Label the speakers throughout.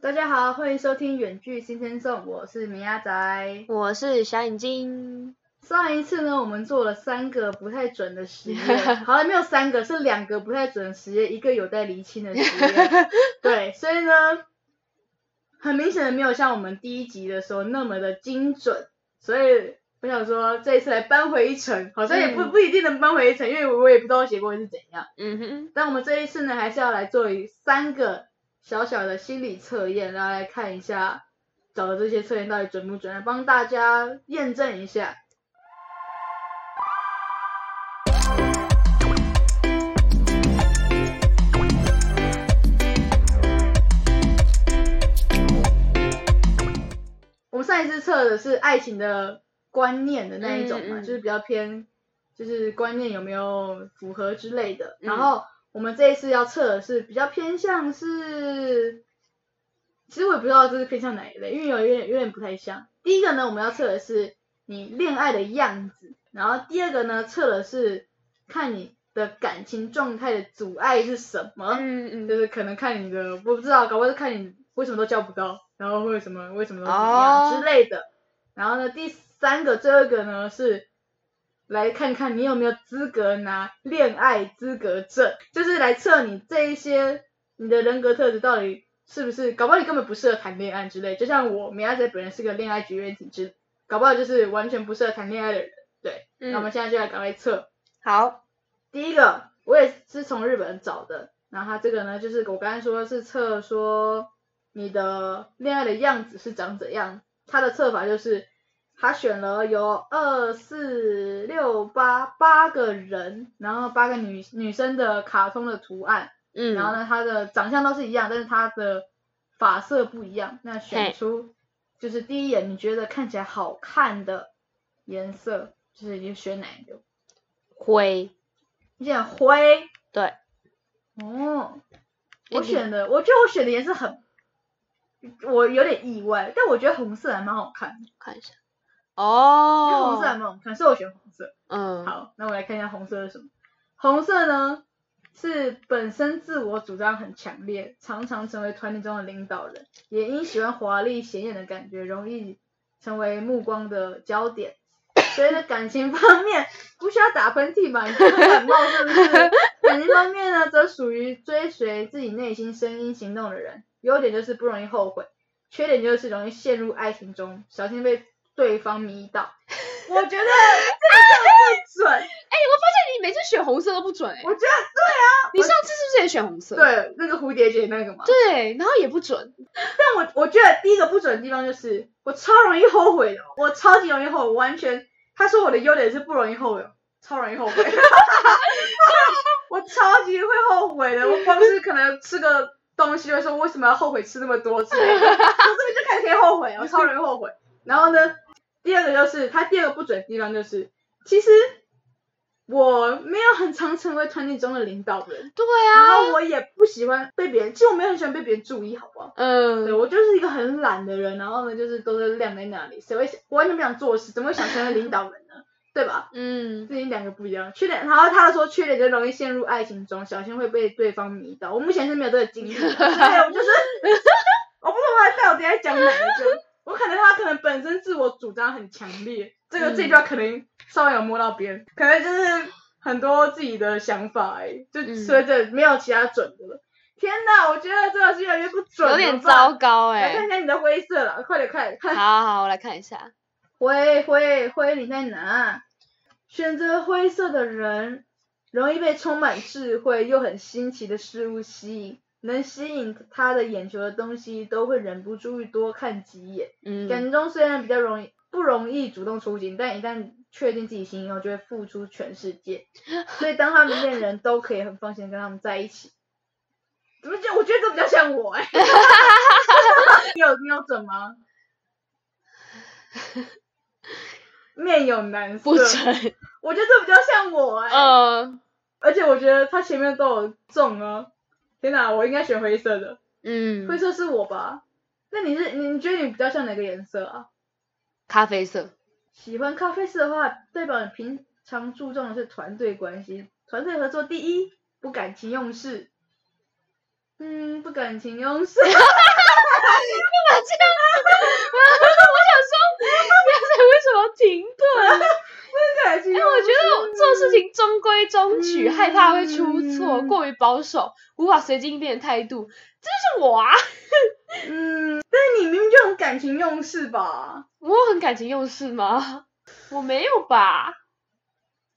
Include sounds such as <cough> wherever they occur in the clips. Speaker 1: 大家好，欢迎收听《远距新鲜送》，我是米亚仔。
Speaker 2: 我是小眼睛，
Speaker 1: 上一次呢，我们做了三个不太准的实验， <laughs> 好了，没有三个，是两个不太准的实验，一个有待厘清的实
Speaker 2: <laughs>
Speaker 1: 验。对，所以呢，很明显的没有像我们第一集的时候那么的精准，所以我想说这一次来扳回一城，好像也不、
Speaker 2: 嗯
Speaker 1: 不一定能扳回一城，因为我也不知道结果会是怎样。
Speaker 2: 嗯哼，
Speaker 1: 但我们这一次呢，还是要来做一三个小小的心理测验，然后来看一下找的这些测验到底准不准，来帮大家验证一下。我们上一次测的是爱情的观念的那一种嘛，
Speaker 2: 嗯嗯嗯
Speaker 1: 就是比较偏就是观念有没有符合之类的。
Speaker 2: 嗯
Speaker 1: 然后我们这一次要测的是比较偏向是，其实我也不知道这是偏向哪一类，因为有有点有点不太像。第一个呢，我们要测的是你恋爱的样子，然后第二个呢，测的是看你的感情状态的阻碍是什么。
Speaker 2: 嗯
Speaker 1: 就
Speaker 2: 嗯，
Speaker 1: 是可能看你的，我不知道，搞不好是看你为什么都交不到，然后为什么为什么都怎么样、
Speaker 2: 哦
Speaker 1: 之类的。然后呢，第三个最后一个呢是来看看你有没有资格拿恋爱资格证，就是来测你这一些你的人格特质到底是不是，搞不好你根本不适合谈恋爱之类。就像我米亚仔本人是个恋爱绝缘体质，搞不好就是完全不适合谈恋爱的人。那我们
Speaker 2: 嗯，
Speaker 1: 现在就来赶快测。
Speaker 2: 好，
Speaker 1: 第一个我也是从日本找的，然后它这个呢，就是我刚才说是测说你的恋爱的样子是长怎样，它的测法就是他选了有二四六八八个人，然后八个女女生的卡通的图案，
Speaker 2: 嗯，
Speaker 1: 然后呢，他的长相都是一样，但是他的发色不一样。那选
Speaker 2: 嘿
Speaker 1: 出就是第一眼你觉得看起来好看的颜色，就是你选哪一个？
Speaker 2: 灰，
Speaker 1: 你选灰，
Speaker 2: 对，
Speaker 1: 哦，
Speaker 2: 一
Speaker 1: 我
Speaker 2: 定
Speaker 1: 选的，我觉得我选的颜色很，我有点意外，但我觉得红色还蛮好看的，
Speaker 2: 看一下，
Speaker 1: 因为红色还
Speaker 2: 哦，
Speaker 1: 蛮好看，所以我选红色。
Speaker 2: 嗯，
Speaker 1: 好，那我来看一下红色是什么。红色呢是本身自我主张很强烈，常常成为团体中的领导人，也因喜欢华丽显眼的感觉，容易成为目光的焦点。所以呢，感情方面不需要打喷嚏吧？你不会感冒是不是？感情方面呢，则属于追随自己内心声音行动的人，优点就是不容易后悔，缺点就是容易陷入爱情中，小心被对方迷倒。我觉得这个真的不
Speaker 2: 哎，我
Speaker 1: 准，
Speaker 2: 发现你每次选红色都不准，哎，
Speaker 1: 我觉得
Speaker 2: 你上次是不是也选红色？
Speaker 1: 对啊，对那个蝴蝶结那个嘛。
Speaker 2: 对，然后也不准，
Speaker 1: 但我我觉得第一个不准的地方就是我超容易后悔的，哦我超级容易后悔，完全他说我的优点是不容易后悔，哦超容易后悔， <laughs> 我超级会后悔的，我光是可能吃个东西就会说为什么要后悔吃那么多之类的，我这边就开始可以后悔，我超容易后悔。然后呢，第二个就是他第二个不准的地方就是，其实我没有很常成为团体中的领导人。
Speaker 2: 对
Speaker 1: 然
Speaker 2: 啊，
Speaker 1: 后我也不喜欢被别人，其实我没有很喜欢被别人注意，好不好？对
Speaker 2: 嗯，
Speaker 1: 我就是一个很懒的人，然后呢，就是都是晾在那里，谁会想我完全不想做事，怎么会想成为领导人呢？对吧？
Speaker 2: 嗯，
Speaker 1: 这已经两个不一样，缺点。然后他说缺点就容易陷入爱情中，小心会被对方迷倒。我目前是没有这个经历的，所以我就是 <laughs> 我不懂他到底在讲哪一句。我可能他可能本身自我主张很强烈，这
Speaker 2: 嗯
Speaker 1: 个、这一段可能稍微有摸到别人，可能就是很多自己的想法、欸，就
Speaker 2: 嗯
Speaker 1: 随着没有其他准的了。天哪，我觉得这个是越来越不准，
Speaker 2: 有点
Speaker 1: 怎么
Speaker 2: 糟。
Speaker 1: 办
Speaker 2: 糕，
Speaker 1: 来看
Speaker 2: 哎，
Speaker 1: 一下你的灰色了，快点快点
Speaker 2: 好
Speaker 1: 快点！
Speaker 2: 好，我来看一下，
Speaker 1: 灰灰灰，你在哪？选择灰色的人容易被充满智慧又很新奇的事物吸引，能吸引他的眼球的东西都会忍不住多看几眼。感
Speaker 2: 嗯，
Speaker 1: 情中虽然比较容易不容易主动出击，但一旦确定自己心意后，就会付出全
Speaker 2: <laughs>
Speaker 1: 世界。所以当他们恋人都可以很放心地跟他们在一起。怎么讲？我觉得这比较像我
Speaker 2: <laughs>
Speaker 1: 哎、你有你有准吗？面有难色，
Speaker 2: 不准，
Speaker 1: 我觉得这比较像我哎、
Speaker 2: 嗯
Speaker 1: 而且我觉得他前面都有中哦。天哪，我应该选灰色的，灰
Speaker 2: 嗯，
Speaker 1: 色是我吧？那你是你你觉得你比较像哪个颜色啊？
Speaker 2: 咖啡
Speaker 1: <laughs>
Speaker 2: 色，
Speaker 1: 喜欢咖啡色的话，代表你平常注重的是团队关系，团队合作第 <laughs> 一，不感情用事。嗯，不感情用事。
Speaker 2: 嘛这样子？我想说，你为什么停顿？
Speaker 1: 太激
Speaker 2: 因
Speaker 1: 动
Speaker 2: 为我觉得做事情中规中矩，
Speaker 1: 嗯
Speaker 2: 害怕会出错，
Speaker 1: 嗯
Speaker 2: 过于保守，无法随机应变的态度，这就是我啊！
Speaker 1: 嗯，但是你明明就很感情用事吧？
Speaker 2: 我有很感情用事吗？我没有吧？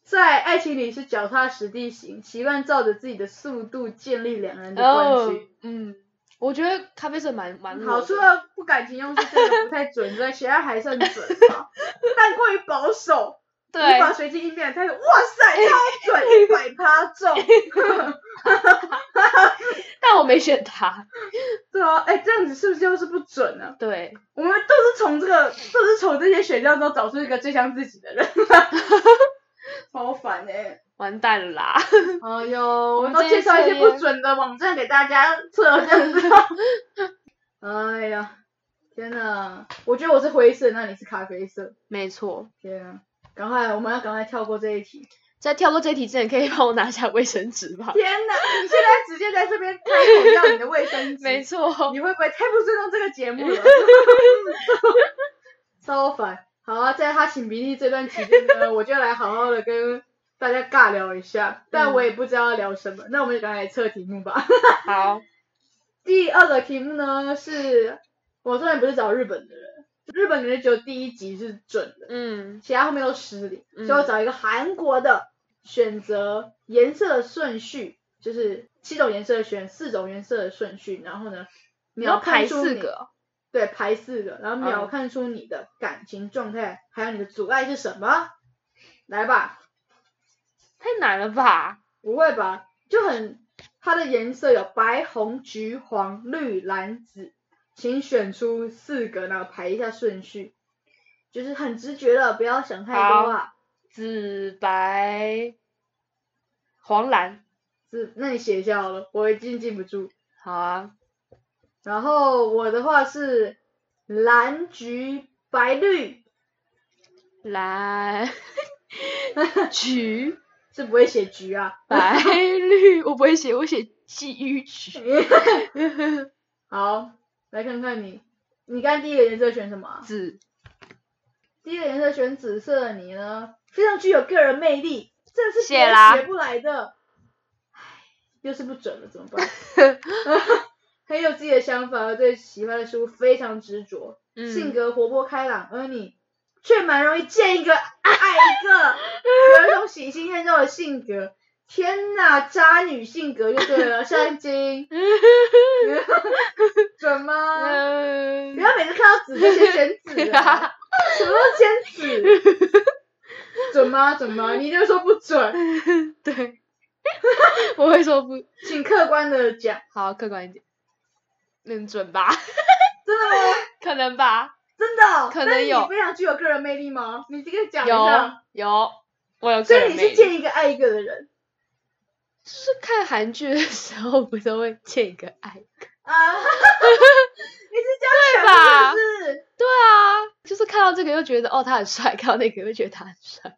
Speaker 1: 在爱情里是脚踏实地型，习惯照着自己的速度建立两人的关系。
Speaker 2: 嗯，我觉得咖啡色蛮蛮哦我
Speaker 1: 好，啊
Speaker 2: 的
Speaker 1: 除了不感情用事这个不太
Speaker 2: <laughs>
Speaker 1: 准之外，其他还算准吧。但过于保守，无
Speaker 2: <laughs> 对，
Speaker 1: 法随机应变的态度，哇
Speaker 2: <laughs>
Speaker 1: 塞，超准，一百趴中。
Speaker 2: 但我没选他。
Speaker 1: 对啊，哎，这样子是不是就是不准呢、
Speaker 2: 对，
Speaker 1: 我们都是从这个，都是从这些选项中找出一个最像自己的人， <laughs> 超烦哎、
Speaker 2: 完蛋了啦！
Speaker 1: <laughs> 哎呦，我
Speaker 2: 们
Speaker 1: 们都
Speaker 2: 这些
Speaker 1: 介绍一
Speaker 2: 测
Speaker 1: 些不
Speaker 2: 验
Speaker 1: 准的网站给大家测，这样子。 <laughs> 哎呀，天呐，我觉得我是灰色，那你是咖啡色。
Speaker 2: 没错，
Speaker 1: 天啊，赶快，我们要赶快跳过这一题。
Speaker 2: 在跳过这题之前，可以帮我拿下卫生纸吗？
Speaker 1: 天呐，你现在直接在这边开口要你的卫 <laughs> 生纸，
Speaker 2: 没错，
Speaker 1: 你会不会太不尊重这个
Speaker 2: <laughs>
Speaker 1: 节目了？超烦。好啊，在他擤鼻涕这段期
Speaker 2: <laughs>
Speaker 1: 间呢，我就来好好的跟大家尬聊一下，但我也不知道要聊什
Speaker 2: 嗯
Speaker 1: 么，那我们就赶快来测题目吧。 <laughs>
Speaker 2: 好，
Speaker 1: 第二个题目呢是，我重点不是找日本的人，日本的人只有第一集是准的，
Speaker 2: 嗯，
Speaker 1: 其他后面都失灵，
Speaker 2: 嗯
Speaker 1: 所以我找一个韩国的，选择颜色顺序，就是七种颜色选四种颜色的顺序，然后呢，
Speaker 2: 你
Speaker 1: 要
Speaker 2: 要
Speaker 1: 看
Speaker 2: 排
Speaker 1: 出
Speaker 2: 四
Speaker 1: 你，
Speaker 2: 个，
Speaker 1: 对，排四个，然后秒看出你的感情状态，还有你的阻碍是什么，来吧，
Speaker 2: 太难了吧？
Speaker 1: 不会吧，就很，它的颜色有白、红、橘、黄、绿、蓝、紫，请选出四个，然后排一下顺序，就是很直觉了，不要想太多啊。
Speaker 2: 紫白黄蓝，
Speaker 1: 是，那你写一下好了，我已经记不住。
Speaker 2: 好
Speaker 1: <laughs>
Speaker 2: 啊，
Speaker 1: 然后我的话是蓝橘白绿，
Speaker 2: 蓝
Speaker 1: <laughs>
Speaker 2: 橘
Speaker 1: 是不会写橘啊。
Speaker 2: 白绿，我不会写，我写鲫鱼橘，
Speaker 1: <laughs> 好，来看看你，你刚才第一个颜色选什么啊？
Speaker 2: 紫
Speaker 1: 第一个颜色选紫色的你呢，非常具有个人魅力，这是
Speaker 2: 谢
Speaker 1: 别人
Speaker 2: 啦
Speaker 1: 学不来的。唉，又是不准了，怎么办？
Speaker 2: <laughs>
Speaker 1: <laughs> 很有自己的想法，对喜欢的事物非常执着。性
Speaker 2: 嗯，
Speaker 1: 格活泼开朗，而你却蛮容易见一个爱一个，有一种喜新厌旧的性格。天呐，渣女性格就对了，圣经准
Speaker 2: 啊
Speaker 1: 吗？不
Speaker 2: 嗯，
Speaker 1: 要每次看到紫就先选紫啊， <laughs> 什么都先紫，准吗？准吗？啊你就说不准，
Speaker 2: 对， <laughs> 我会说不
Speaker 1: 请客观的讲，
Speaker 2: 好，客观一点，嗯，准吧？ <laughs>
Speaker 1: 真的吗？
Speaker 2: 可能吧，
Speaker 1: 真的哦？
Speaker 2: 可能
Speaker 1: 但是你
Speaker 2: 有
Speaker 1: 非常具有个人魅力吗？你这个讲一
Speaker 2: 有
Speaker 1: 下，
Speaker 2: 有，我有
Speaker 1: 所
Speaker 2: 个
Speaker 1: 以
Speaker 2: 人
Speaker 1: 你
Speaker 2: 魅
Speaker 1: 是
Speaker 2: 力。
Speaker 1: 见一个爱一个的人。
Speaker 2: 就是看韩剧的时候，不都会见一个爱？
Speaker 1: 啊，你是这样想的 <laughs> 是不是？
Speaker 2: 对啊，就是看到这个又觉得哦他很帅，看到那个又觉得他很帅，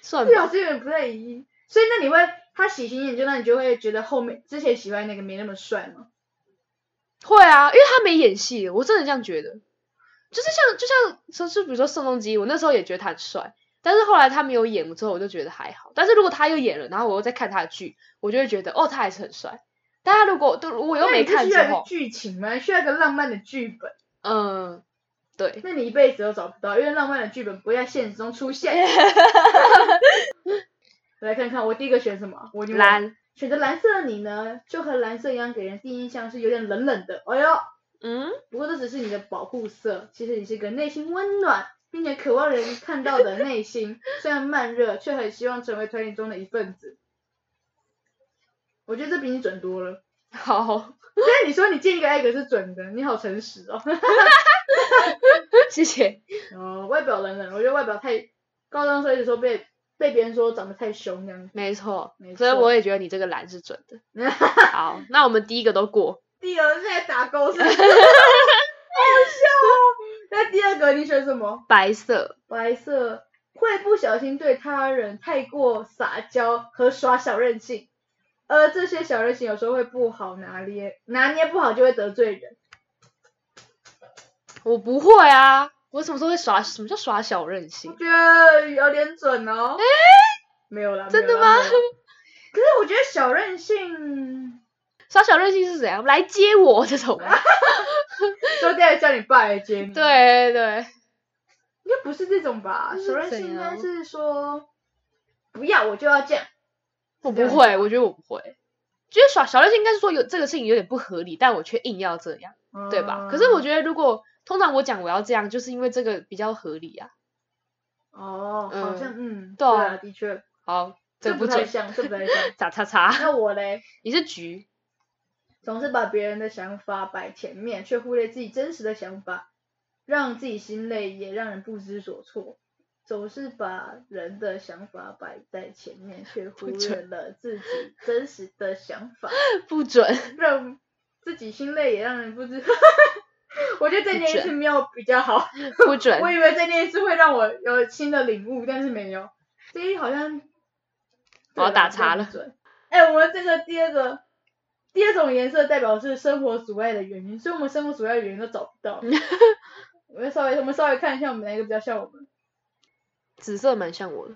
Speaker 2: 算
Speaker 1: 这好
Speaker 2: 吧。
Speaker 1: 像有点不太一样。所以那你会他喜新厌旧，那你就会觉得后面之前喜欢那个没那么帅吗？
Speaker 2: 会啊，因为他没演戏，我真的这样觉得。就是像就像说，就比如说宋仲基，我那时候也觉得他很帅，但是后来他没有演了之后，我就觉得还好。但是如果他又演了，然后我又再看他的剧，我就会觉得哦他还是很帅。但他如果都我又
Speaker 1: 那
Speaker 2: 没
Speaker 1: 你就
Speaker 2: 看
Speaker 1: 需
Speaker 2: 之
Speaker 1: 要一个
Speaker 2: 后，
Speaker 1: 剧情吗？需要一个浪漫的剧本？
Speaker 2: 嗯，对，
Speaker 1: 那你一辈子都找不到，因为浪漫的剧本不会在现实中
Speaker 2: <laughs>
Speaker 1: 出现。 <laughs> 来看看我第一个选什么？我已经忘了
Speaker 2: 蓝，
Speaker 1: 选择蓝色的你呢，就和蓝色一样，给人第一印象是有点冷冷的。哎呦，
Speaker 2: 嗯，
Speaker 1: 不过这只是你的保护色，其实你是个内心温暖并且渴望人看到的内心，虽然慢热，却很希望成为团体中的一份子。我觉得这比你准多了。 <laughs>
Speaker 2: 好，
Speaker 1: 但你说你见一个爱一个是准的，你好诚实哦。 <laughs>
Speaker 2: 谢谢。
Speaker 1: 哦，外表冷冷，我觉得外表太高中的时候一直说被被别人说长得太凶那样子。
Speaker 2: 没错
Speaker 1: 没，
Speaker 2: 所以
Speaker 1: 错
Speaker 2: 我也觉得你这个蓝是准的。
Speaker 1: <laughs>
Speaker 2: 好，那我们第一个都过，
Speaker 1: 第二个在打勾 <laughs> 是不是，好笑哦。那第二个你选什么？
Speaker 2: 白色，
Speaker 1: 白色会不小心对他人太过撒娇和耍小任性，呃而这些小任性有时候会不好拿捏，拿捏不好就会得罪人。
Speaker 2: 我不会啊，我什么时候会耍？什么叫耍小任
Speaker 1: 我
Speaker 2: 性？
Speaker 1: 觉得有点准哦。哎、 <laughs> 没有啦，
Speaker 2: 真的
Speaker 1: 没有啦
Speaker 2: 吗
Speaker 1: 没有啦可是我觉得小任性，
Speaker 2: 耍小任性是怎样？来接我这种吗？啊
Speaker 1: 说爹叫你爸来接你，，
Speaker 2: 对对，
Speaker 1: 应该不是这种吧？
Speaker 2: 那是
Speaker 1: 小任
Speaker 2: 怎
Speaker 1: 性应该
Speaker 2: 样
Speaker 1: 是说，不要我就要这样。
Speaker 2: 我
Speaker 1: 这
Speaker 2: 不
Speaker 1: 样子
Speaker 2: 会，我觉得我不会。觉得耍小任性应该是说有这个事情有点不合理，但我却硬要这样，对吧？可是我
Speaker 1: 觉
Speaker 2: 觉得如果通常我讲我要这样，就是因为这个比较合理啊。
Speaker 1: 哦，
Speaker 2: 嗯
Speaker 1: 好像嗯，
Speaker 2: 对
Speaker 1: 对
Speaker 2: 啊
Speaker 1: 啊，的确，
Speaker 2: 好，
Speaker 1: 这
Speaker 2: 不
Speaker 1: 不太
Speaker 2: 准，
Speaker 1: 像，这不
Speaker 2: <laughs>
Speaker 1: 太像。
Speaker 2: 打叉叉，
Speaker 1: 那我嘞，
Speaker 2: 你是橘， <laughs>
Speaker 1: 总是把别人的想法摆前面，却忽略自己真实的想法，让自己心累，也让人不知所措。总是把人的想法摆在前面，却忽略
Speaker 2: 准
Speaker 1: 了自己真实的想法，
Speaker 2: 不准，
Speaker 1: 让自己心累，也让人不知。 <laughs> 我觉得再
Speaker 2: 不
Speaker 1: 念一次
Speaker 2: 准
Speaker 1: 没有比较好。
Speaker 2: 不准
Speaker 1: 我，以为再念一次会让我有新的领悟，但是没有。这一好像
Speaker 2: 我要打岔了。
Speaker 1: 对准哎、我们这个第二个第二种颜色代表是生活阻碍的原因，所以我们生活阻碍的原因都找不
Speaker 2: <laughs>
Speaker 1: 到。我们稍微我们稍微看一下我们哪一个比较像我们，
Speaker 2: 紫色蛮像我的，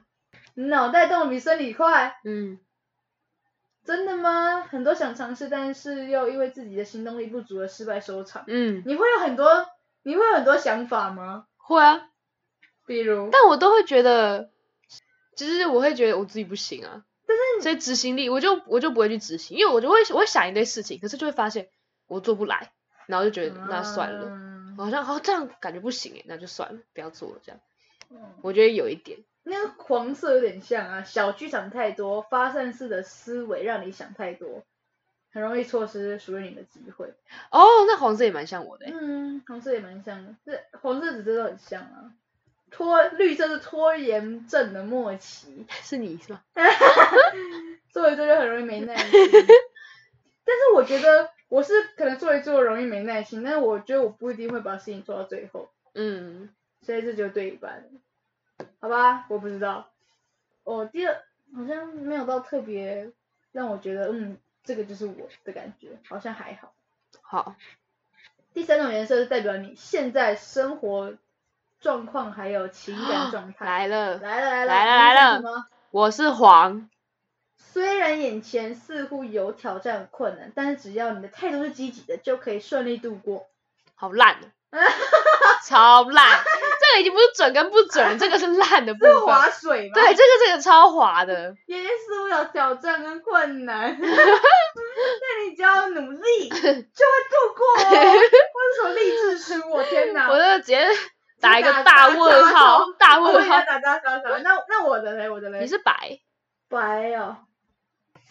Speaker 1: 脑袋动比身体快，
Speaker 2: 嗯，
Speaker 1: 真的吗？很多想尝试，但是又因为自己的行动力不足而失败收场。
Speaker 2: 嗯，
Speaker 1: 你会有很多你会有很多想法吗？
Speaker 2: 会啊，
Speaker 1: 比如，
Speaker 2: 但我都会觉得，就是我会觉得我自己不行啊，
Speaker 1: 但
Speaker 2: 所以执行力我就我就不会去执行，因为我就会我会想一堆事情，可是就会发现我做不来，然后就觉得那算了，
Speaker 1: 嗯
Speaker 2: 好像好哦像这样感觉不行欸诶，那就算了，不要做了这样。
Speaker 1: 嗯
Speaker 2: 我觉得有一点，
Speaker 1: 那个黄色有点像啊，小剧场太多，发散式的思维让你想太多，很容易错失属于你的机会。
Speaker 2: 哦，那黄色也蛮像我的诶，欸
Speaker 1: 嗯，红色也蛮像的，这黄色、紫色都很像啊。拖绿色是拖延症的末期，
Speaker 2: <laughs> 是你是吗？
Speaker 1: 做一做就很容易没耐心。但是我觉得我是可能做一做容易没耐心，但是我觉得我不一定会把事情做到最后。
Speaker 2: 嗯，
Speaker 1: 所以这就对一半，好吧，我不知道。我、第二好像没有到特别让我觉得，嗯，这个就是我的感觉，好像还好。
Speaker 2: 好，
Speaker 1: 第三种颜色是代表你现在生活状况还有情感状态。
Speaker 2: 来了，
Speaker 1: 啊来了来了
Speaker 2: 来了来了
Speaker 1: 你是什么
Speaker 2: 我是黄，
Speaker 1: 虽然眼前似乎有挑战和困难，但是只要你的态度是积极的，就可以顺利度过。
Speaker 2: 好
Speaker 1: <laughs>
Speaker 2: 烂哦超烂，这个已经不是准跟不准了，这个是烂的部
Speaker 1: 这是
Speaker 2: 分。
Speaker 1: 划水吗？
Speaker 2: 对，这，个这个超滑的，
Speaker 1: 眼前似乎有挑战跟
Speaker 2: <laughs>
Speaker 1: 困难，那你只要努力就会度过哦。我是什么励志书？我天哪！
Speaker 2: <laughs> 我这直接打一个
Speaker 1: 打
Speaker 2: 大
Speaker 1: 大
Speaker 2: 问
Speaker 1: 叉
Speaker 2: 号，大
Speaker 1: 我
Speaker 2: 问
Speaker 1: 也要
Speaker 2: 号。
Speaker 1: 打打打打。那那我的嘞，我的嘞，
Speaker 2: 你是白，
Speaker 1: 白哦。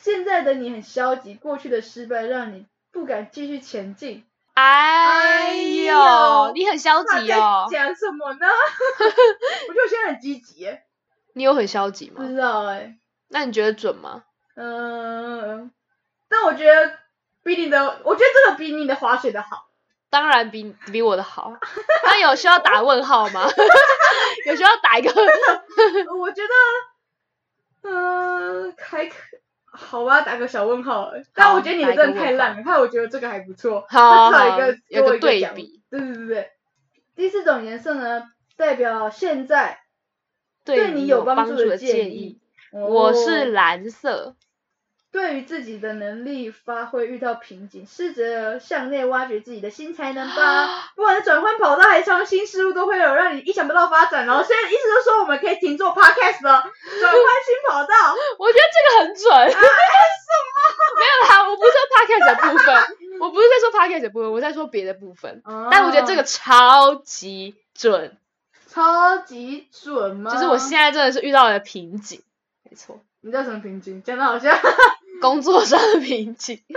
Speaker 1: 现在的你很消极，过去的失败让你不敢继续前进。哎
Speaker 2: 哎
Speaker 1: 呦
Speaker 2: 呦，你很消
Speaker 1: 那
Speaker 2: 极
Speaker 1: 在
Speaker 2: 哦，
Speaker 1: 讲什么呢？ <laughs> 我觉得我现在很积极耶，
Speaker 2: 你有很消极
Speaker 1: 不
Speaker 2: 吗？
Speaker 1: 知道哎，
Speaker 2: 那你觉得准吗？
Speaker 1: 嗯，但我觉得比你的，我觉得这个比你的划水的好。
Speaker 2: 当然比比我的好，那有需要打问号吗？
Speaker 1: <laughs>
Speaker 2: 有需要打一个？
Speaker 1: 我觉得，嗯、还可好吧，打个小问号而已。但
Speaker 2: 好
Speaker 1: 我觉得你
Speaker 2: 打
Speaker 1: 的
Speaker 2: 一
Speaker 1: 真的
Speaker 2: 个
Speaker 1: 太
Speaker 2: 问号
Speaker 1: 烂了，害我觉得这个还不错。
Speaker 2: 好，
Speaker 1: 至少一
Speaker 2: 好
Speaker 1: 个
Speaker 2: 有
Speaker 1: 多一
Speaker 2: 个
Speaker 1: 个
Speaker 2: 对
Speaker 1: 奖
Speaker 2: 比，
Speaker 1: 对对对对，第四种颜色呢，代表现在对你
Speaker 2: 你
Speaker 1: 有
Speaker 2: 有
Speaker 1: 帮
Speaker 2: 帮
Speaker 1: 助
Speaker 2: 助
Speaker 1: 的
Speaker 2: 的
Speaker 1: 建
Speaker 2: 建
Speaker 1: 议
Speaker 2: 议。我是
Speaker 1: 哦
Speaker 2: 蓝色，
Speaker 1: 对于自己的能力发挥遇到瓶颈，试着向内挖掘自己的新才
Speaker 2: <gasps>
Speaker 1: 能吧。不管是转换跑道还是创新事物，都会有让你意想不到发展哦。现在意思就是说，我们可以停做 podcast 了，转换新跑道。
Speaker 2: 我觉得这个很
Speaker 1: 啊哎
Speaker 2: 准。什么？ <laughs> 没有啦，我不是说 podcast 的部分，我不是在说 podcast 的部分，我在说别的部分。但我觉得
Speaker 1: 哦
Speaker 2: 这个超级准，
Speaker 1: 嗯超级准吗？
Speaker 2: 就是我现在真的是遇到了瓶颈，没错，
Speaker 1: 你叫什么瓶颈？讲的好像是
Speaker 2: 工作上的瓶
Speaker 1: <laughs>
Speaker 2: 颈。
Speaker 1: 你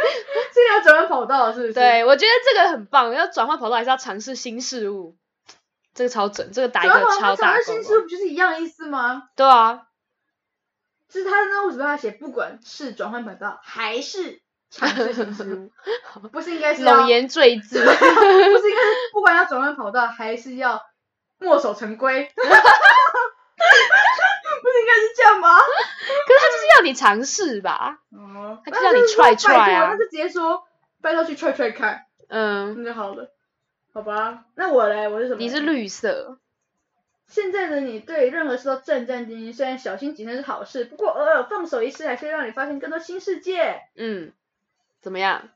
Speaker 1: 要转换跑道了，是不是？，
Speaker 2: 对，我觉得这个很棒，要转换跑道还是要尝试新事物，这个超准，这个打一
Speaker 1: 转换
Speaker 2: 个
Speaker 1: 跑
Speaker 2: 超
Speaker 1: 道转
Speaker 2: 大
Speaker 1: 换
Speaker 2: 勾
Speaker 1: 新事
Speaker 2: 勾。
Speaker 1: 物不就是一样的意思吗？
Speaker 2: 对啊，
Speaker 1: 就是他那为什么要写不管是转换跑道还是尝试新事
Speaker 2: <laughs>
Speaker 1: 物，啊不是应该是要
Speaker 2: 冗言赘字，
Speaker 1: <laughs> 不是应该是不管要转换跑道还是要墨守成规， <laughs> 不是应该是这样吗？
Speaker 2: 可是他就是要你尝试吧，
Speaker 1: 哦，
Speaker 2: 他就叫你踹踹啊
Speaker 1: 那就是说拜托那就直接说拜托去踹踹看，
Speaker 2: 嗯，
Speaker 1: 那就好了。好吧，那我嘞，我是什么？
Speaker 2: 你是。绿色，
Speaker 1: 现在的你对任何事都战战兢兢，虽然小心谨慎是好事，不过偶尔放手一试，还是会让你发现更多新世界。
Speaker 2: 嗯，怎么样？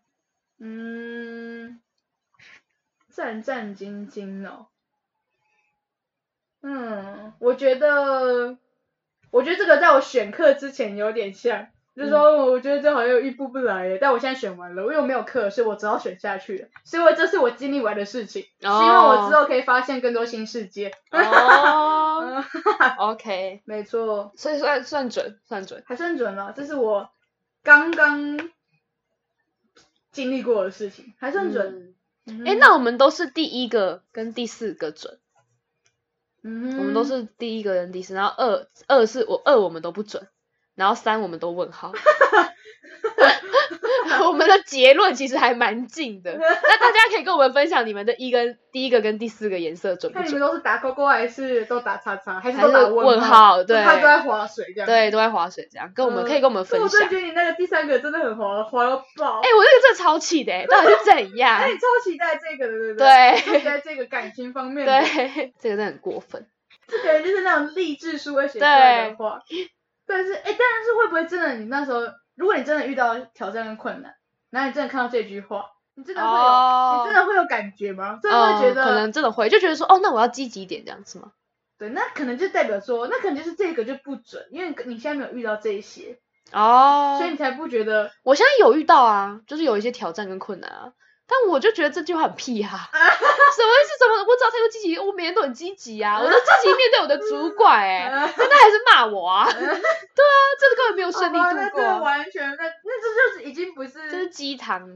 Speaker 1: 嗯，战战兢兢哦。嗯，我觉得，我觉得这个在我选课之前有点像，就是说我觉得这好像有一步不来耶，但我现在选完了，因为我没有课，所以我只好选下去了。所以我这是我经历完的事情，希望我之后可以发现更多新世界。 <laughs>
Speaker 2: 哦，OK，
Speaker 1: 没错，
Speaker 2: 所以算算准，算准。
Speaker 1: 还算准了，这是我刚刚经历过的事情，还算准。嗯哼
Speaker 2: 哎、诶那我们都是第一个跟第四个准，
Speaker 1: 嗯哼，
Speaker 2: 我们都是第一个跟第四，然后二二是我二我们都不准，然后三我们都问
Speaker 1: <laughs>
Speaker 2: 号。我们的结论其实还蛮近
Speaker 1: <laughs>
Speaker 2: 的，那大家可以跟我们分享你们的一跟第一个跟第四个颜色准不
Speaker 1: 看你
Speaker 2: 准
Speaker 1: 们？都是打勾勾还是都打叉叉，还是
Speaker 2: 还
Speaker 1: 都
Speaker 2: 是
Speaker 1: 打
Speaker 2: 问
Speaker 1: 号？
Speaker 2: 号？对，
Speaker 1: 他都在划水这样。
Speaker 2: 对，都在划水这样，跟我们、
Speaker 1: 嗯
Speaker 2: 可以跟我们分
Speaker 1: 所以我真
Speaker 2: 享。
Speaker 1: 的觉得你那个第三个真的很滑，滑到爆。
Speaker 2: 哎、我那个真的超气的、欸，到底是怎样
Speaker 1: 哎、？你超期待这个的，对不对？
Speaker 2: 对
Speaker 1: 超期待这个感情方面的，
Speaker 2: 对，这个真的很过分。
Speaker 1: 这个人就是那种励志书会写出来的话。但是，哎、但是会不会真的你那时候，如果你真的遇到挑战跟困难，然后你真的看到这句话，你真的会有，
Speaker 2: 哦
Speaker 1: 你真的会有感觉吗？真的
Speaker 2: 嗯，
Speaker 1: 会觉
Speaker 2: 可
Speaker 1: 得，
Speaker 2: 能真的会，就觉得说，哦，那我要积极一点，这样子吗？
Speaker 1: 对，那可能就代表说，那可能就是这个就不准，因为你现在没有遇到这一些，
Speaker 2: 哦
Speaker 1: 所以你才不觉得
Speaker 2: 我现在有遇到啊，就是有一些挑战跟困难啊，但我就觉得这句话很屁哈、
Speaker 1: <laughs>
Speaker 2: 什么意思？怎么我只要太过积极，我每天都很积极啊，我都积极面对我的主
Speaker 1: <laughs>
Speaker 2: 管哎、
Speaker 1: 啊
Speaker 2: 但他还是骂我
Speaker 1: <laughs>
Speaker 2: 啊，对啊，这个根本没有顺利
Speaker 1: 好吧哦那
Speaker 2: 度
Speaker 1: 这个
Speaker 2: 过，
Speaker 1: 完全，那那这就是已经不是，
Speaker 2: 这是鸡汤，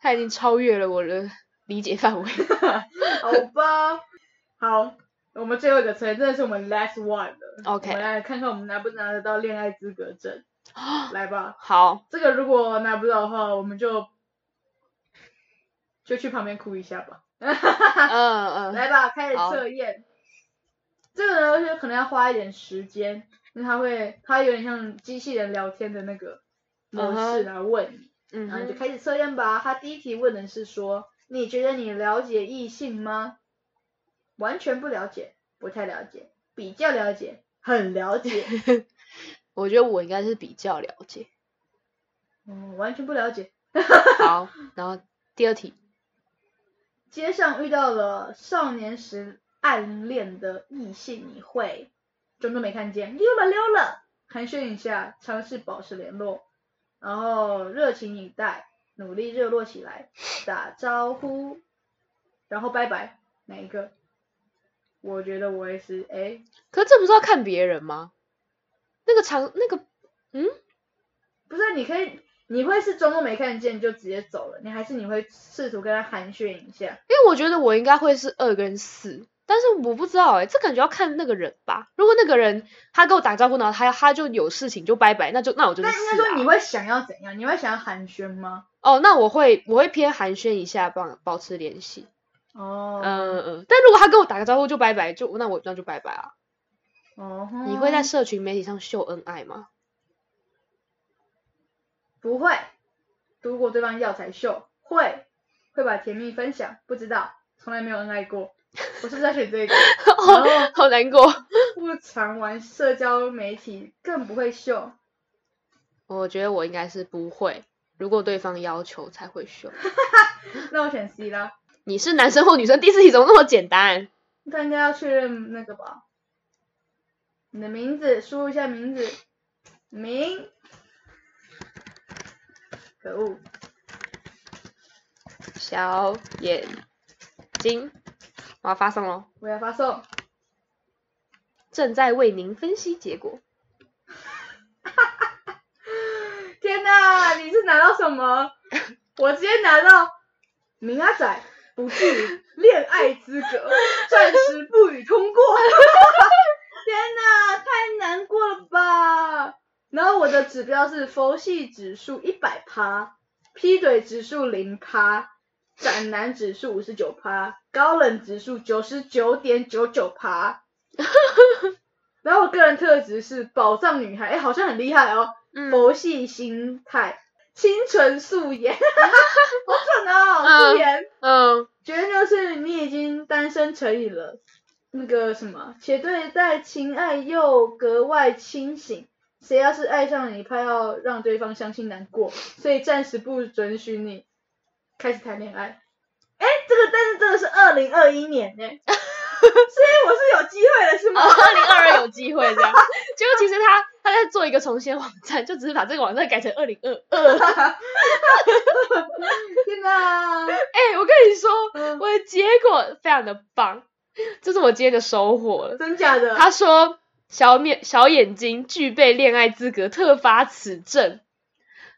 Speaker 2: 他已经超越了我的理解范
Speaker 1: <laughs>
Speaker 2: 围。
Speaker 1: 好吧？好，我们最后一个成员真的是我们 last one 了。我
Speaker 2: OK，
Speaker 1: 们来看看我们拿不拿得到恋爱资格证。来吧，
Speaker 2: 好，
Speaker 1: <laughs> 这个如果拿不到的话，我们就就去旁边哭一下吧。
Speaker 2: 嗯嗯，
Speaker 1: 来吧，开始
Speaker 2: 好
Speaker 1: 测验。这个呢，就可能要花一点时间，因为它会，它有点像机器人聊天的那个模
Speaker 2: 嗯哼
Speaker 1: 式来问你。
Speaker 2: 嗯
Speaker 1: 然后你就
Speaker 2: 哼，
Speaker 1: 开始测验吧。他第一题问的是说，你觉得你了解异性吗？完全不了解，不太了解，比较了解，很了
Speaker 2: <laughs>
Speaker 1: 解，
Speaker 2: 我觉得我应该是比较了解。
Speaker 1: 嗯，完全不了解。
Speaker 2: 好，然后第二题，
Speaker 1: 街上遇到了少年时暗恋的异性，你会装作没看见，溜了溜了，寒暄一下，尝试保持联络，然后热情以待，努力热络起来，打招呼，然后拜拜，哪一个？我觉得我也是，哎，
Speaker 2: 可是这不是要看别人吗？那个长那个
Speaker 1: 不是啊，你可以，你会是装作没看见就直接走了，你还是你会试图跟他寒暄一下？
Speaker 2: 因为我觉得我应该会是二跟四，但是我不知道哎、这感觉要看那个人吧。如果那个人他跟我打招呼，然后他他就有事情就拜拜，那就那我就是
Speaker 1: 那应
Speaker 2: 四
Speaker 1: 该说你
Speaker 2: 啊。
Speaker 1: 会想要怎样？你会想要寒暄吗？
Speaker 2: 哦，那我会我会偏寒暄一下，保保持联系。
Speaker 1: 哦
Speaker 2: 嗯，嗯嗯。但如果他跟我打个招呼就拜拜，就那我那就拜拜啊。
Speaker 1: 哦，
Speaker 2: 你会在社群媒体上秀恩爱
Speaker 1: <laughs>
Speaker 2: 吗？
Speaker 1: 不会，如果对方要才秀，会会把甜蜜分享，不知道，从来没有恩爱过。我是不是在选这个？然后
Speaker 2: 哦，好难过。
Speaker 1: 不常玩社交媒体，更不会秀。
Speaker 2: 我觉得我应该是不会，如果对方要求才会秀。
Speaker 1: 那我选 C 啦。
Speaker 2: 你是男生或女生，第四题怎么那么简单？
Speaker 1: 他应该要确认那个吧？你的名字，输入一下名字，名。可恶，
Speaker 2: 小眼睛，我要发送喽，
Speaker 1: 我要发送。
Speaker 2: 正在为您分析结果。
Speaker 1: <laughs> 天哪，你是拿到什么？我直接拿到明阿仔不具恋爱资格，暂时不予通过。 <laughs> 天哪，太难过了吧！然后我的指标是佛系指数一百趴，劈腿指数零趴，斩男指数五十九趴，高冷指数九十九点九九趴。然后我个人特质是宝藏女孩，哎，好像很厉害哦。
Speaker 2: 嗯
Speaker 1: 佛系 <laughs> 心态，清纯素颜，好准哦，
Speaker 2: 嗯
Speaker 1: 素颜，
Speaker 2: 嗯
Speaker 1: 跟成语了，那个什么，且对待情爱又格外清醒。谁要是爱上你，怕要让对方伤心难过，所以暂时不准许你开始谈恋爱。哎，这个但是这个是二零二一年
Speaker 2: <laughs>
Speaker 1: 呢、所以我是有机会的，是吗？
Speaker 2: 哦二零二二有机会这样。结果其实他他在做一个重新网站，就只是把这个网站改成二零二二。
Speaker 1: 天哪！
Speaker 2: 哎，我跟你说，
Speaker 1: 嗯
Speaker 2: 我的结果非常的棒，这是我今天的收获了。
Speaker 1: 真假的？
Speaker 2: 他说小眼小眼睛具备恋爱资格，特发此症。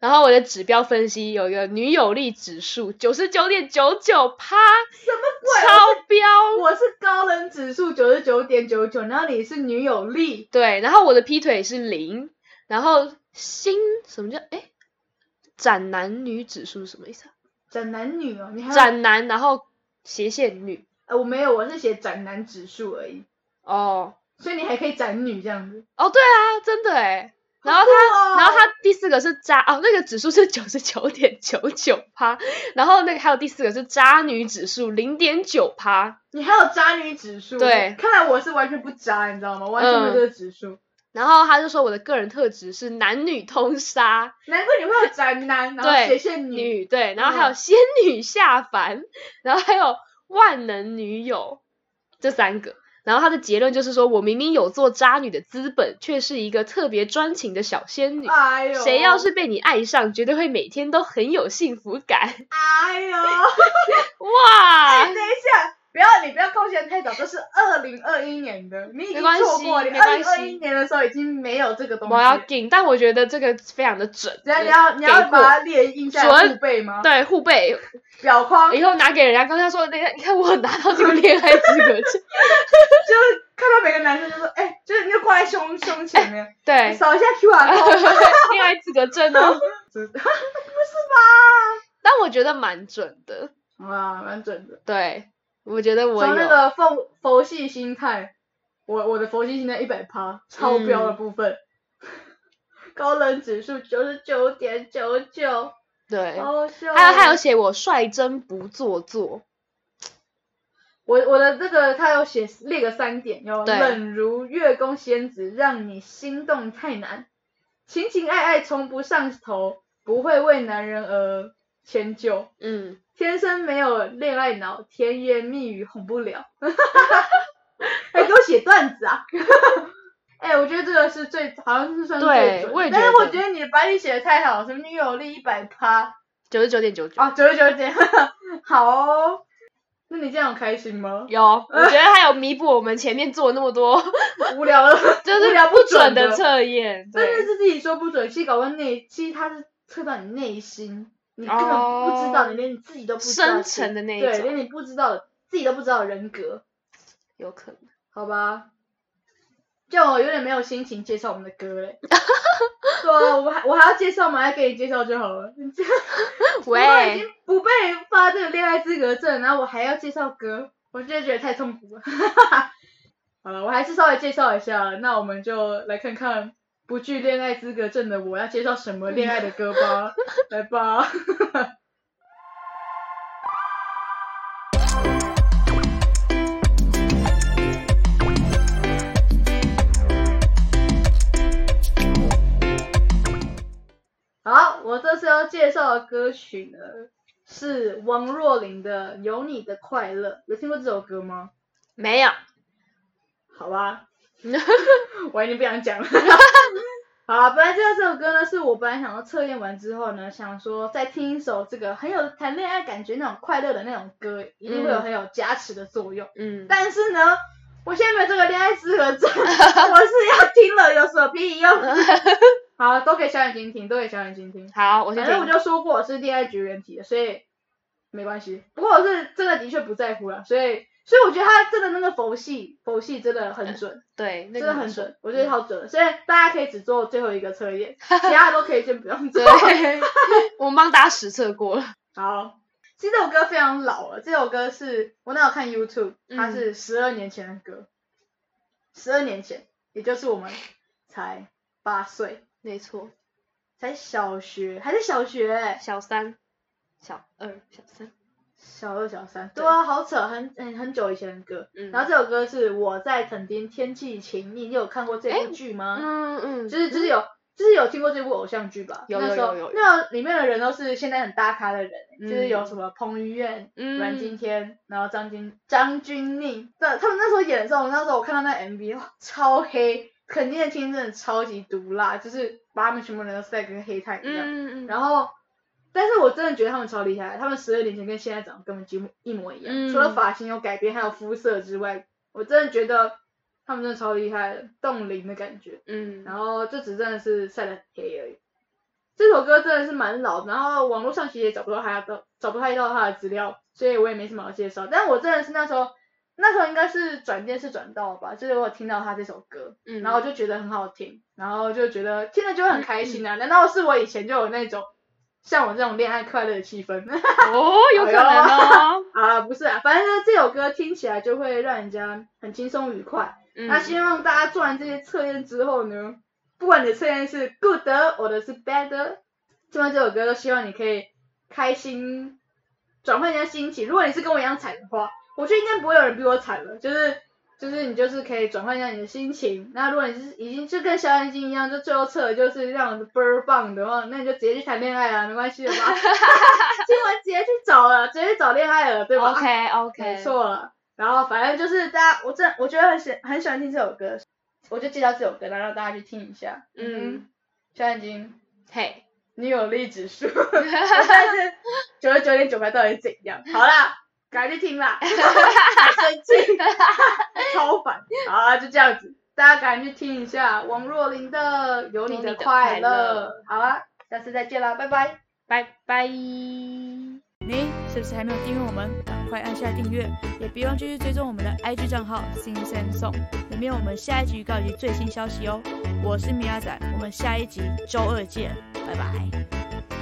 Speaker 2: 然后我的指标分析有一个女友力指数九十九点九九趴，
Speaker 1: 什么鬼？
Speaker 2: 超标。
Speaker 1: 我是高冷指数九十九点九九，然后你是女友力，
Speaker 2: 对，然后我的劈腿是零，然后新什么叫哎，斩男女指数是什么意思啊？
Speaker 1: 斩男女哦，你还有
Speaker 2: 斩男，然后斜线女。
Speaker 1: 呃我没有，我是写斩男指数而已，
Speaker 2: 哦
Speaker 1: 所以你还可以斩女这样子。哦
Speaker 2: 哦，对啊，真的哎。然后他
Speaker 1: 他
Speaker 2: 然后他第四个是渣哦，那个指数是九十九点九九趴，然后那个还有第四个是渣女指数零点九趴，
Speaker 1: 你还有渣女指数，
Speaker 2: 对嗯
Speaker 1: 看来我是完全不渣，你知道吗？完全没有这个指数，
Speaker 2: 然后他就说我的个人特质是男女通杀，
Speaker 1: 难怪你会有宅男，然后
Speaker 2: 对
Speaker 1: 斜线女，
Speaker 2: 女对，然后还有
Speaker 1: 嗯
Speaker 2: 仙女下凡， <laughs> 然后还有万能女友这三个。然后他的结论就是说，我明明有做渣女的资本，却是一个特别专情的小仙女。
Speaker 1: 哎呦，
Speaker 2: 谁要是被你爱上，绝对会每天都很有幸福感。<laughs>
Speaker 1: 哎呦，
Speaker 2: 哇
Speaker 1: 哎，等一下。不要，你不要贡献太早，这是二零二一年的，你已经
Speaker 2: 没关系
Speaker 1: 错过，你
Speaker 2: 没
Speaker 1: 二
Speaker 2: 关
Speaker 1: 零
Speaker 2: 系
Speaker 1: 二一年的时候已经没有这个东西
Speaker 2: 我要
Speaker 1: 了。
Speaker 2: 顶，但我觉得这个非常的准。
Speaker 1: 等一下你要你
Speaker 2: 给
Speaker 1: 要
Speaker 2: 过
Speaker 1: 把它列印下来
Speaker 2: 准
Speaker 1: 父辈吗？
Speaker 2: 对护背，
Speaker 1: 表框，
Speaker 2: 以后拿给人家，跟他说，等一下，你看我有拿到这个恋爱资格证。 <laughs>
Speaker 1: 就是看到每个男生就说，哎、就是你就挂在胸胸前面，
Speaker 2: 对，
Speaker 1: 扫一下
Speaker 2: <laughs>
Speaker 1: QR code，
Speaker 2: 恋爱资格证
Speaker 1: <laughs>
Speaker 2: 哦。
Speaker 1: 不是吧？
Speaker 2: 但我觉得蛮准的，
Speaker 1: 啊，蛮准的。
Speaker 2: 对，我觉得我有
Speaker 1: 从那个佛佛系心态，我我的佛系心态一百趴，超标的部分，
Speaker 2: 嗯
Speaker 1: <laughs> 高冷指数九十九点九九，
Speaker 2: 对，
Speaker 1: 好笑。哦
Speaker 2: 还有还有，写我率真不做作，
Speaker 1: 我我的这个他有写列个三点，有
Speaker 2: 对
Speaker 1: 冷如月宫仙子，让你心动太难，情情爱爱从不上头，不会为男人而迁就。
Speaker 2: 嗯，
Speaker 1: 天生没有恋爱脑，甜言蜜语哄不了。 <laughs> 还给我写段子啊！哎、我觉得这个是最，好像是算是最
Speaker 2: 对
Speaker 1: 准
Speaker 2: 我也
Speaker 1: 但是
Speaker 2: 觉
Speaker 1: 我
Speaker 2: 得
Speaker 1: 觉得你的白里写的太好，什么女友力一百趴
Speaker 2: 九十九点九九。
Speaker 1: 啊，九十九点， <laughs> 好哦。那你这样有开心吗？
Speaker 2: 有， <laughs> 我觉得还有弥补我们前面做那么
Speaker 1: <laughs>
Speaker 2: 多
Speaker 1: 无聊了，
Speaker 2: <laughs> 就
Speaker 1: 无
Speaker 2: 是
Speaker 1: 聊不
Speaker 2: 不准
Speaker 1: 的
Speaker 2: 的测验，
Speaker 1: 真的
Speaker 2: 对，
Speaker 1: 是自己说不准，其实搞到内，其实它是测到你内心，你根本不知道，
Speaker 2: 哦
Speaker 1: 你连你自己都不知道
Speaker 2: 深
Speaker 1: 的事，
Speaker 2: 层的那一
Speaker 1: 对，
Speaker 2: 种，
Speaker 1: 连你不知道的自己都不知道的人格。
Speaker 2: 有可能。
Speaker 1: 好吧，就我有点没有心情介绍我们的
Speaker 2: <laughs>
Speaker 1: 歌嘞。对啊，我还我还要介绍吗？还给你介绍就好了。我已
Speaker 2: 喂
Speaker 1: 经，不被发这个恋爱资格证，然后我还要介绍歌，我真的觉得太痛苦了。 <laughs> 好了，我还是稍微介绍一下，那我们就来看看不具恋爱资格证的我要介绍什么恋爱的歌吧，来吧。好，我这次要介绍的歌曲呢是王若琳的《有你的快乐》，有听过这首歌吗？
Speaker 2: 没有，
Speaker 1: 好吧，我已经不想讲了。好啦，本来这首歌呢，是我本来想要测验完之后呢，想说再听一首这个很有谈恋爱感觉那种快乐的那种歌，一定会有很有加持的作用。
Speaker 2: 嗯，
Speaker 1: 但是呢，我现在没有这个恋爱资格证，我是要听了有所屁用。好，都给小眼睛听，都给小眼睛听。
Speaker 2: 好，我先
Speaker 1: 反正我
Speaker 2: 听。
Speaker 1: 就说过我是恋爱绝缘体的，所以没关系。不过我是真的的确不在乎了，所以所以我觉得他真的那个佛系佛系真的很准，
Speaker 2: 对，呃那
Speaker 1: 真
Speaker 2: 个
Speaker 1: 的
Speaker 2: 准。
Speaker 1: 很
Speaker 2: 嗯
Speaker 1: 准，我觉得超准的。所以大家可以只做最后一个
Speaker 2: <laughs>
Speaker 1: 测验，其他都可以先不用做。 <laughs>
Speaker 2: 对，我们帮大家实测过了。
Speaker 1: 好，其实这首歌非常老了，这首歌是我那有看 YouTube，它
Speaker 2: 嗯
Speaker 1: 是十二年前的歌，十二、年前，也就是我们才八岁，
Speaker 2: 没错，
Speaker 1: 才小学，还是小学、欸。
Speaker 2: 小三、小二、小三，
Speaker 1: 小二小三，
Speaker 2: 对
Speaker 1: 对啊，好扯，很很很久以前的歌。
Speaker 2: 嗯
Speaker 1: 然后这首歌是我在垦丁天气晴，你你有看过这部剧吗？
Speaker 2: 嗯嗯，
Speaker 1: 就是就是有就是有听过这部偶像剧吧？
Speaker 2: 有
Speaker 1: 那
Speaker 2: 有
Speaker 1: 时候
Speaker 2: 有有有
Speaker 1: 那里面的人都是现在很大咖的人、就是
Speaker 2: 嗯
Speaker 1: 有什么彭于晏、
Speaker 2: 嗯
Speaker 1: 阮经天，然后张钧张钧甯，对，他们那时候演的时候，那时候我看到那 MV 哇超黑，肯定的天真的超级毒辣，就是把他们全部人都晒跟黑炭一
Speaker 2: 嗯
Speaker 1: 样。
Speaker 2: 嗯嗯，
Speaker 1: 然后，但是我真的觉得他们超厉害，他们十二年前跟现在长得根本几乎一模一样，
Speaker 2: 嗯
Speaker 1: 除了发型有改变，还有肤色之外，我真的觉得他们真的超厉害的，冻龄的感觉。
Speaker 2: 嗯，
Speaker 1: 然后这只真的是晒得很黑而已。这首歌真的是蛮老的，然后网络上其实也找不到他的，找不太到他的资料，所以我也没什么好介绍。但我真的是那时候，那时候应该是转电视转到吧，就是我有听到他这首歌，
Speaker 2: 嗯
Speaker 1: 然后我就觉得很好听，然后就觉得听了就会很开心啊。难道是我以前就有那种像我这种恋爱快乐的气氛？ <laughs>
Speaker 2: 哦，有可能哦，
Speaker 1: 啊，不是啊，反正呢这首歌听起来就会让人家很轻松愉快。
Speaker 2: 嗯
Speaker 1: 那希望大家做完这些测验之后呢，不管你的测验是 good 的或者是 bad 的，听完这首歌都希望你可以开心，转换一下心情。如果你是跟我一样惨的话，我觉得应该不会有人比我惨了，就是就是你就是可以转换一下你的心情。那如果你是已经就跟小眼睛一样，就最后测的就是让人倍儿棒的话，那你就直接去谈恋爱啊，没
Speaker 2: <laughs>
Speaker 1: 关系的吧？听完直接去找了，直接去找恋爱了，对吧
Speaker 2: OK
Speaker 1: 没
Speaker 2: OK，
Speaker 1: 错了。然后反正就是大家，我真我觉得很喜很喜欢听这首歌，我就介绍这首歌，然后让大家去听一下。
Speaker 2: 嗯，
Speaker 1: 小眼睛，
Speaker 2: 嘿，
Speaker 1: 你有力指
Speaker 2: <laughs>
Speaker 1: 数，但是九十九点九八到底怎样？好啦，赶快去
Speaker 2: <laughs>
Speaker 1: 听啦，生气，超烦。好啊，就这样子，大家赶快去听一下王若琳的《有你的快
Speaker 2: 有你的快
Speaker 1: 乐
Speaker 2: 乐》。
Speaker 1: 好啦，下次再见啦，拜拜。
Speaker 2: 拜拜。
Speaker 3: 你是不是还没有订阅我们？赶快按下订阅，也别忘继续追踪我们的 IG 账号 Sing Sing Song，里面有我们下一集预告以及最新消息哦。我是米亚仔，我们下一集周二见，拜拜。